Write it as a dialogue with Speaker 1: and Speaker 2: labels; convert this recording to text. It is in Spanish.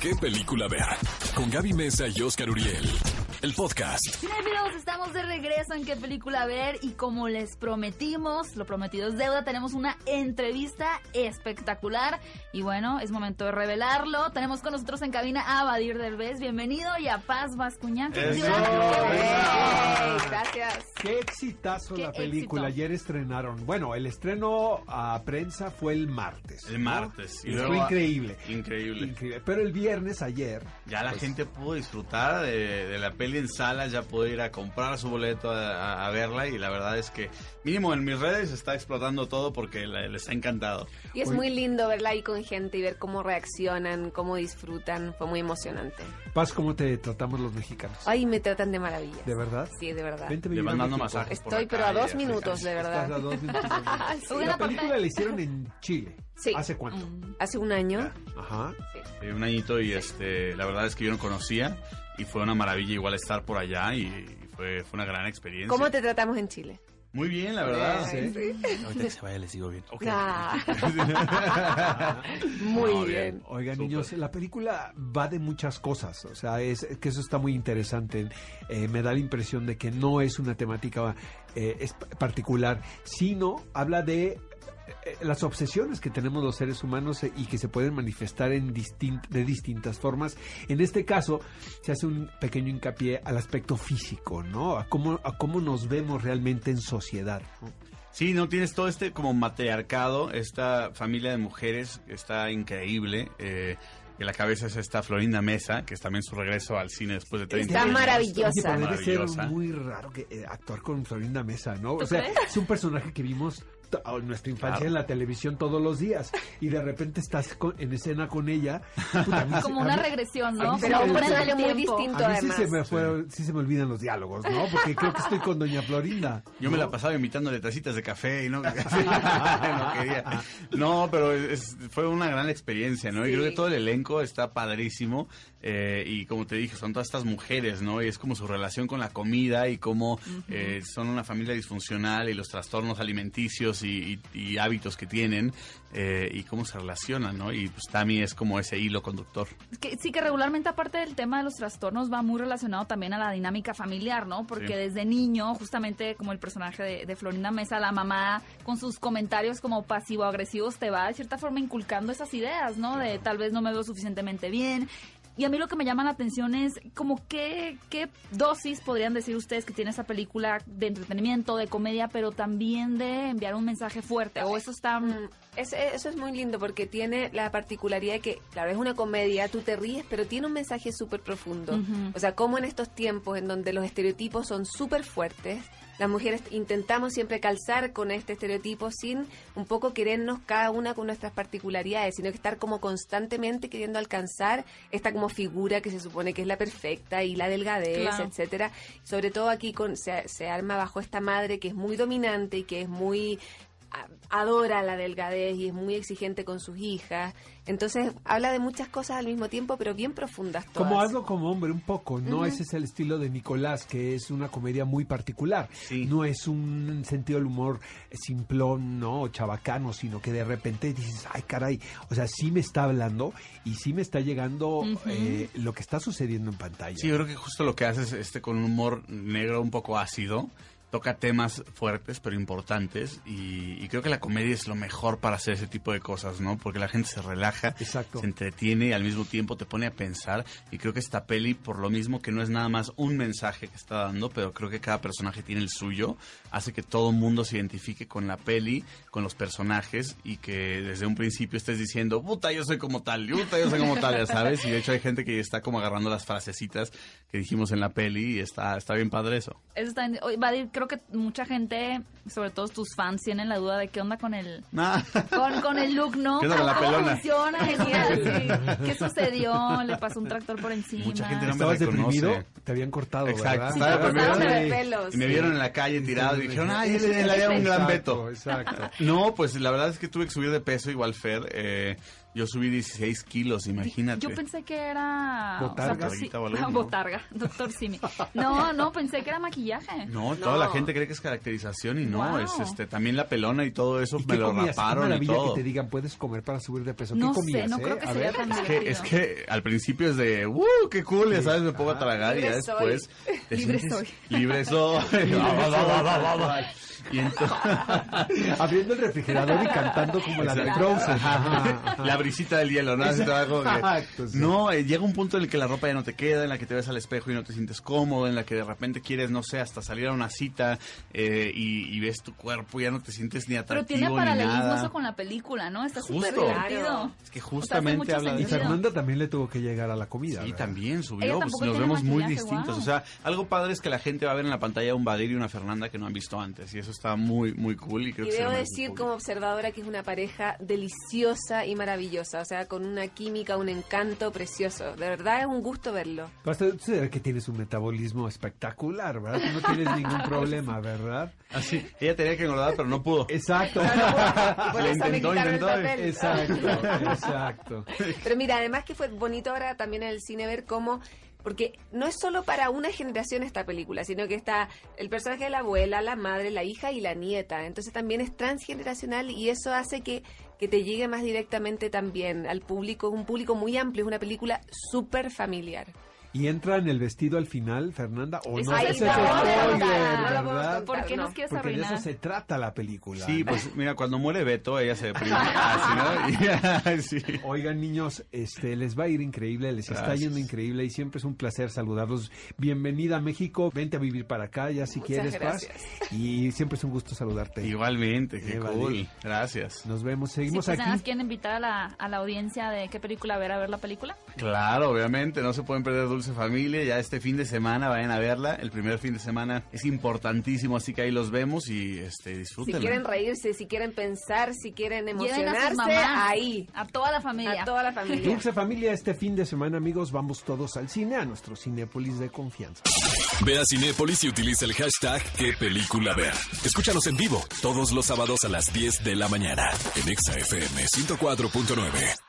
Speaker 1: qué película ver. Con Gaby Mesa y Oscar Uriel. El podcast.
Speaker 2: Cinefilos, estamos de regreso en qué película ver y como les prometimos, lo prometido es deuda, tenemos una entrevista espectacular y bueno, es momento de revelarlo. Tenemos con nosotros en cabina a Badir Derbez, bienvenido y a Paz Vascuñán.
Speaker 3: ¡Eso!
Speaker 2: ¡Felicidades! ¡Ey! Gracias.
Speaker 3: Qué exitazo
Speaker 2: Qué
Speaker 3: la película.
Speaker 2: éxito.
Speaker 3: Ayer estrenaron. Bueno, el estreno a prensa fue el martes.
Speaker 4: El martes.
Speaker 3: Y fue increíble.
Speaker 4: Increíble.
Speaker 3: Increíble. Pero el viernes ayer.
Speaker 4: Ya la
Speaker 3: pues,
Speaker 4: gente pudo disfrutar de, de la peli en sala, ya pudo ir a comprar su boleto a, a- a verla y la verdad es que mínimo en mis redes está explotando todo porque la- les ha encantado.
Speaker 5: Y es
Speaker 3: Oye.
Speaker 5: muy lindo verla ahí con gente y ver cómo reaccionan, cómo disfrutan. Fue muy emocionante.
Speaker 3: Paz, ¿cómo te tratamos los mexicanos?
Speaker 5: Ay, me tratan de maravilla.
Speaker 3: ¿De verdad?
Speaker 5: Sí, de verdad.
Speaker 3: Vente a
Speaker 4: Le
Speaker 3: vivir a
Speaker 4: van dando
Speaker 3: México.
Speaker 4: masajes. por
Speaker 5: Estoy,
Speaker 4: la
Speaker 5: pero a
Speaker 4: calle,
Speaker 5: dos minutos,
Speaker 4: acercándose.
Speaker 5: de
Speaker 3: Estás a
Speaker 5: verdad.
Speaker 3: dos minutos de mí.
Speaker 5: Ah, sí.
Speaker 2: Una
Speaker 3: La
Speaker 2: parte-
Speaker 3: película la hicieron en Chile.
Speaker 5: Sí.
Speaker 3: ¿Hace cuánto?
Speaker 2: Mm.
Speaker 5: Hace un año.
Speaker 3: Ajá.
Speaker 4: Eh, un añito y este, la verdad es que yo no conocía y fue una maravilla igual estar por allá y, y fue, fue una gran experiencia.
Speaker 5: ¿Cómo te tratamos en Chile?
Speaker 4: Muy bien, la verdad.
Speaker 3: Sí.
Speaker 4: Ahorita que se vaya les digo bien. Ok.
Speaker 5: Ah. Muy
Speaker 4: No, bien.
Speaker 5: bien.
Speaker 3: Oigan,
Speaker 4: Súper.
Speaker 3: niños, la película va de muchas cosas, o sea, es es que eso está muy interesante. Eh, me da la impresión de que no es una temática eh, es- particular, sino habla de eh, eh, las obsesiones que tenemos los seres humanos eh, y que se pueden manifestar en distin- de distintas formas. En este caso, se hace un pequeño hincapié al aspecto físico, ¿no? A cómo, a cómo nos vemos realmente en sociedad. ¿no?
Speaker 4: Sí, no tienes todo este como matriarcado, esta familia de mujeres que está increíble. Eh, que la cabeza es esta Florinda Mesa, que es también su regreso al cine después de 30
Speaker 5: Está
Speaker 4: años.
Speaker 5: maravillosa.
Speaker 3: Oye, pero debe
Speaker 4: Maravillosa.
Speaker 3: ser muy raro que, eh, actuar con Florinda Mesa, ¿no? O sea, es un personaje que vimos to- oh, en nuestra infancia
Speaker 4: Claro.
Speaker 3: en la televisión todos los días y de repente estás con- en escena con ella. Puta, a mí se-
Speaker 2: Como
Speaker 3: a
Speaker 2: una
Speaker 3: mí-
Speaker 2: regresión,
Speaker 3: a
Speaker 2: ¿no?
Speaker 3: mí sí
Speaker 5: Pero
Speaker 3: me-
Speaker 5: un
Speaker 3: Pero
Speaker 5: personaje muy
Speaker 2: tiempo.
Speaker 5: distinto,
Speaker 3: A mí sí
Speaker 5: además.
Speaker 3: se, me fue- sí se me olvidan los diálogos, ¿no? Porque creo que estoy con Doña Florinda.
Speaker 4: Yo me
Speaker 3: ¿no?
Speaker 4: la pasaba invitándole tacitas de café y no, no quería. No, pero es- fue una gran experiencia, ¿no? Y creo
Speaker 5: Sí.
Speaker 4: que todo el elenco está padrísimo. eh, y como te dije, son todas estas mujeres, ¿no? Y es como su relación con la comida y cómo eh, son una familia disfuncional y los trastornos alimenticios y, y- y hábitos que tienen eh, y cómo se relacionan, ¿no? Y pues Tammy es como ese hilo conductor.
Speaker 2: Es que sí que regularmente aparte del tema de los trastornos va muy relacionado también a la dinámica familiar, ¿no? Porque
Speaker 4: Sí.
Speaker 2: desde niño, justamente como el personaje de, de Florinda Mesa, la mamá con sus comentarios como pasivo-agresivos te va de cierta forma inculcando esas ideas, ¿no? De tal vez no me veo suficientemente bien. Y a mí lo que me llama la atención es como qué, qué dosis podrían decir ustedes que tiene esa película de entretenimiento, de comedia, pero también de enviar un mensaje fuerte. O eso está...
Speaker 5: Mm, es- eso es muy lindo porque tiene la particularidad de que, claro, es una comedia, tú te ríes, pero tiene un mensaje súper profundo.
Speaker 2: Ujú.
Speaker 5: O sea, como en estos tiempos en donde los estereotipos son súper fuertes, las mujeres intentamos siempre calzar con este estereotipo sin un poco querernos cada una con nuestras particularidades, sino que estar como constantemente queriendo alcanzar esta como figura que se supone que es la perfecta y la delgadez,
Speaker 2: Claro.
Speaker 5: etcétera. Sobre todo aquí con, se, se arma bajo esta madre que es muy dominante y que es muy a- adora la delgadez y es muy exigente con sus hijas. Entonces habla de muchas cosas al mismo tiempo, pero bien profundas todas.
Speaker 3: Como hazlo como hombre un poco, ¿no?
Speaker 5: Ujú.
Speaker 3: Ese es el estilo de Nicolás, que es una comedia muy particular.
Speaker 4: Sí.
Speaker 3: No es un sentido del humor eh, simplón, ¿no? O Chabacano, sino que de repente dices, ay, caray, o sea, sí me está hablando y sí me está llegando
Speaker 2: Ujú.
Speaker 3: eh, lo que está sucediendo en pantalla.
Speaker 4: Sí, yo creo que justo lo que haces este con un humor negro un poco ácido, toca temas fuertes pero importantes y, y creo que la comedia es lo mejor para hacer ese tipo de cosas, ¿no? Porque la gente se relaja,
Speaker 3: Exacto.
Speaker 4: se entretiene y al mismo tiempo te pone a pensar y creo que esta peli por lo mismo que no es nada más un mensaje que está dando, pero creo que cada personaje tiene el suyo, hace que todo el mundo se identifique con la peli, con los personajes y que desde un principio estés diciendo, puta, yo soy como tal, puta, yo soy como tal, ya sabes, y de hecho hay gente que está como agarrando las frasecitas que dijimos en la peli y está está bien padre eso.
Speaker 2: Eso está en- oye, Vadir, creo que mucha gente, sobre todo tus fans, tienen la duda de qué onda con el
Speaker 4: Nah.
Speaker 2: con, con el look, ¿no?
Speaker 4: ¿Qué onda con la
Speaker 2: ¿Cómo
Speaker 4: pelona?
Speaker 2: funciona? ¿Qué, qué sucedió? ¿Le pasó un tractor por encima?
Speaker 4: Mucha gente no me
Speaker 3: ¿Estabas
Speaker 4: reconoce.
Speaker 3: deprimido? Te habían cortado,
Speaker 4: Exacto,
Speaker 3: ¿verdad?
Speaker 4: estaba
Speaker 5: Cortaron
Speaker 4: deprimido.
Speaker 5: de pelos.
Speaker 4: Y me vieron en la calle tirado y dijeron, ay, él le daría un gran
Speaker 3: Exacto,
Speaker 4: veto.
Speaker 3: Exacto.
Speaker 4: No, pues la verdad es que tuve que subir de peso igual, Fer. eh, Yo subí 16 kilos, imagínate.
Speaker 2: Yo pensé que era...
Speaker 3: Botarga.
Speaker 2: pues sí,
Speaker 4: Botarguita o algo, ¿no?
Speaker 2: botarga, doctor Simi. No, no, pensé que era maquillaje.
Speaker 4: No,
Speaker 5: No.
Speaker 4: toda la gente cree que es caracterización y no,
Speaker 2: Wow.
Speaker 4: es este también la pelona y todo eso
Speaker 3: ¿Y
Speaker 4: me
Speaker 3: qué
Speaker 4: lo
Speaker 3: comías? Qué
Speaker 4: raparon y
Speaker 3: maravilla
Speaker 4: todo.
Speaker 3: que te digan, puedes comer para subir de peso.
Speaker 2: No
Speaker 3: ¿Qué comías?
Speaker 2: sé, no
Speaker 3: eh?
Speaker 2: creo que
Speaker 3: A
Speaker 2: sería
Speaker 3: ver.
Speaker 2: tan
Speaker 4: Es que,
Speaker 2: divertido.
Speaker 4: es que al principio es de, ¡uh, qué cool! Ya sabes, me pongo
Speaker 3: Ah.
Speaker 4: a tragar y ya
Speaker 5: Libre soy.
Speaker 4: después... te
Speaker 2: Libre
Speaker 4: sientes-
Speaker 2: soy.
Speaker 4: Libre soy. Y entonces...
Speaker 3: Abriendo el refrigerador y cantando como la de
Speaker 4: Exacto.
Speaker 3: Frozen.
Speaker 4: la brisita del hielo, ¿no? Así te va como que-
Speaker 3: Exacto, sí.
Speaker 4: No, eh, llega un punto en el que la ropa ya no te queda, en la que te ves al espejo y no te sientes cómodo, en la que de repente quieres, no sé, hasta salir a una cita eh, y, y ves tu cuerpo, ya no te sientes ni
Speaker 2: Pero
Speaker 4: atractivo
Speaker 2: tiene
Speaker 4: ni
Speaker 2: paralelismo
Speaker 4: nada.
Speaker 2: eso con la película, ¿no? Está súper
Speaker 4: Justo.
Speaker 2: divertido.
Speaker 4: Es que justamente
Speaker 2: mucho
Speaker 4: habla de
Speaker 3: Y
Speaker 2: sentido.
Speaker 3: Fernanda también le tuvo que llegar a la comida.
Speaker 4: Sí,
Speaker 3: ¿verdad?
Speaker 4: también
Speaker 2: Ella
Speaker 4: subió. Pues
Speaker 2: tampoco
Speaker 4: nos
Speaker 2: tiene
Speaker 4: vemos muy
Speaker 2: maquillaje,
Speaker 4: distintos.
Speaker 2: guau.
Speaker 4: O sea, algo padre es que la gente va a ver en la pantalla un Badir y una Fernanda que no han visto antes. Y eso está muy, muy cool. Y, creo
Speaker 5: Y
Speaker 4: que se
Speaker 5: debo
Speaker 4: lo merece el
Speaker 5: decir
Speaker 4: público.
Speaker 5: como observadora que es una pareja deliciosa y maravillosa, o sea, con una química, un encanto precioso. De verdad es un gusto verlo.
Speaker 3: Vas a ser que tienes un metabolismo espectacular, ¿verdad? Tú no tienes ningún problema, ¿verdad?
Speaker 4: Así, Ah, ella tenía que engordar, pero no pudo.
Speaker 3: Exacto.
Speaker 5: Por
Speaker 4: Le
Speaker 5: eso me
Speaker 4: intentó,
Speaker 5: quitaron el
Speaker 4: intentó.
Speaker 5: papel.
Speaker 3: Exacto, exacto.
Speaker 5: Pero mira, además que fue bonito ahora también en el cine ver cómo porque no es solo para una generación esta película, sino que está el personaje de la abuela, la madre, la hija y la nieta. Entonces también es transgeneracional y eso hace que, que te llegue más directamente también al público, un público muy amplio, es una película súper familiar.
Speaker 3: ¿Y entra en el vestido al final, Fernanda? ¿O no?
Speaker 5: Ahí
Speaker 3: Ese
Speaker 5: está,
Speaker 3: es el
Speaker 5: no lo
Speaker 3: spoiler,
Speaker 5: podemos contar, no lo podemos
Speaker 3: ¿verdad?
Speaker 2: ¿Por qué nos
Speaker 5: No,
Speaker 2: quieres
Speaker 3: Porque de eso
Speaker 2: arruinar?
Speaker 3: se trata la película.
Speaker 4: Sí,
Speaker 3: ¿no?
Speaker 4: pues mira, cuando muere Beto, ella se deprime. Así, ¿no? Y- sí.
Speaker 3: Oigan, niños, este les va a ir increíble, les está
Speaker 4: Gracias.
Speaker 3: yendo increíble y siempre es un placer saludarlos. Bienvenida a México, vente a vivir para acá, ya si
Speaker 5: Muchas
Speaker 3: quieres, Paz. Y siempre es un gusto saludarte.
Speaker 4: Igualmente, qué
Speaker 3: Eh, vale.
Speaker 4: cool. Gracias.
Speaker 3: Nos vemos,
Speaker 2: Sí,
Speaker 3: seguimos
Speaker 2: pues nada,
Speaker 3: aquí.
Speaker 2: ¿quieren invitar a la, a la audiencia de qué película ver a ver la película?
Speaker 4: Claro, obviamente, no se pueden perder Dulce Familia. Ya este fin de semana vayan a verla. El primer fin de semana es importantísimo, así que ahí los vemos y este,
Speaker 5: Si
Speaker 4: disfrútenla.
Speaker 5: quieren reírse, si quieren pensar, si quieren
Speaker 2: Lleven a sus
Speaker 5: emocionarse,
Speaker 2: mamás,
Speaker 5: ahí,
Speaker 2: a toda la familia.
Speaker 5: a toda la familia.
Speaker 3: Dulce familia, este fin de semana, amigos, vamos todos al cine, a nuestro Cinépolis de confianza.
Speaker 1: Ve a Cinépolis y utiliza el hashtag qué película ver. Escúchanos en vivo todos los sábados a las 10 de la mañana en Exa FM 104.9.